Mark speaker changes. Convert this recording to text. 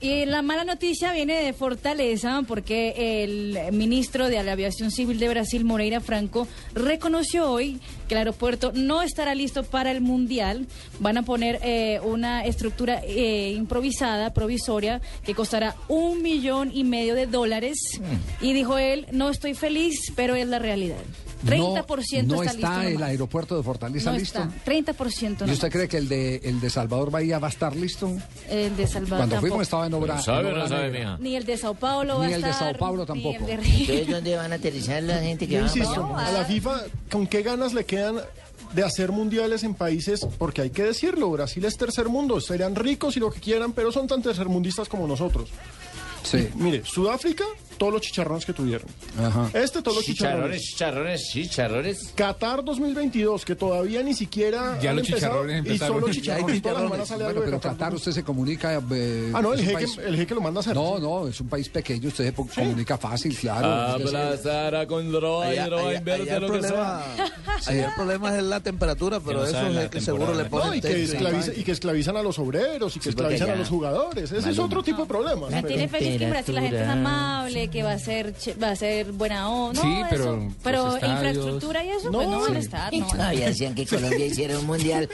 Speaker 1: Y la mala noticia viene de Fortaleza porque el ministro de la Aviación Civil de Brasil, Moreira Franco, reconoció hoy que el aeropuerto no estará listo para el Mundial. Van a poner eh, una estructura eh, improvisada, provisoria, que costará un millón y medio de dólares.
Speaker 2: Mm.
Speaker 1: Y dijo él, no estoy feliz, pero es la realidad. 30%
Speaker 2: no, no
Speaker 1: está,
Speaker 2: está,
Speaker 1: listo.
Speaker 2: el
Speaker 1: nomás.
Speaker 2: aeropuerto de Fortaleza
Speaker 1: No
Speaker 2: listo.
Speaker 1: está, 30%
Speaker 2: ¿Y
Speaker 1: nomás.
Speaker 2: usted cree que el de, el de Salvador Bahía va a estar listo?
Speaker 1: El de Salvador
Speaker 2: Cuando fuimos
Speaker 1: tampoco.
Speaker 2: estaba en obra.
Speaker 3: ¿Sabe
Speaker 2: en
Speaker 3: o
Speaker 2: obra
Speaker 3: no sabe,
Speaker 2: negra.
Speaker 3: mija?
Speaker 1: Ni el de Sao Paulo va
Speaker 2: Ni
Speaker 1: a
Speaker 2: el de
Speaker 1: estar,
Speaker 2: Sao Paulo
Speaker 1: ni el
Speaker 2: tampoco.
Speaker 1: de Río.
Speaker 4: Entonces, ¿dónde van a aterrizar la gente que
Speaker 5: Yo
Speaker 4: va?
Speaker 5: insisto,
Speaker 4: No,
Speaker 5: a la FIFA, ¿con qué ganas le quedan de hacer mundiales en países? Porque hay que decirlo, Brasil es tercer mundo, serán ricos y lo que quieran, pero son tan tercermundistas como nosotros.
Speaker 2: Sí.
Speaker 5: Mire, Sudáfrica, todos los chicharrones que tuvieron.
Speaker 2: Ajá.
Speaker 5: Este, todos los
Speaker 3: Chicharrones,
Speaker 5: chicharrones.
Speaker 3: chicharrones, chicharrones.
Speaker 5: Qatar 2022, que todavía ni siquiera.
Speaker 6: Ya
Speaker 5: han
Speaker 6: los chicharrones
Speaker 5: empezado,
Speaker 6: empezaron.
Speaker 5: Y solo
Speaker 2: Ya hay
Speaker 5: chicharrones. Toda la semana
Speaker 2: chicharrones.
Speaker 5: sale
Speaker 2: Bueno,
Speaker 5: algo de
Speaker 2: pero
Speaker 5: Qatar.
Speaker 2: Qatar usted se comunica. eh,
Speaker 5: Ah, no,
Speaker 2: es
Speaker 5: el
Speaker 2: un
Speaker 5: jeque,
Speaker 2: país-
Speaker 5: el jeque lo manda a hacer.
Speaker 2: No, no, es un país pequeño, usted se po- comunica fácil, claro.
Speaker 3: Ah,
Speaker 2: Usted se-
Speaker 3: Aplazará con droga,
Speaker 7: Allá, allá-
Speaker 3: droga,
Speaker 7: allá
Speaker 3: invierte
Speaker 7: el
Speaker 3: lo que sea.
Speaker 7: problema, allá el problema es la temperatura, pero
Speaker 3: no
Speaker 7: eso
Speaker 3: saben la
Speaker 7: es que seguro
Speaker 2: pues,
Speaker 7: le
Speaker 3: temporada.
Speaker 5: No,
Speaker 7: ponen
Speaker 5: y que,
Speaker 7: texto.
Speaker 5: esclaviza- y que esclavizan a los obreros y que
Speaker 4: Sí, porque
Speaker 5: esclavizan a
Speaker 4: allá-
Speaker 5: los jugadores. Ese es
Speaker 4: Maluma.
Speaker 5: otro tipo de problema.
Speaker 1: La tiene feliz que en Brasil la gente es
Speaker 4: Temperatura.
Speaker 1: amable, que va a ser che- va a ser buena onda.
Speaker 6: Sí,
Speaker 1: no,
Speaker 6: pero
Speaker 1: eso.
Speaker 6: los
Speaker 1: pero
Speaker 6: estadios-
Speaker 1: infraestructura y eso,
Speaker 5: No,
Speaker 1: pues no van a
Speaker 4: Ah,
Speaker 5: sí.
Speaker 1: estar. No van a
Speaker 4: y hacían que Colombia hiciera un mundial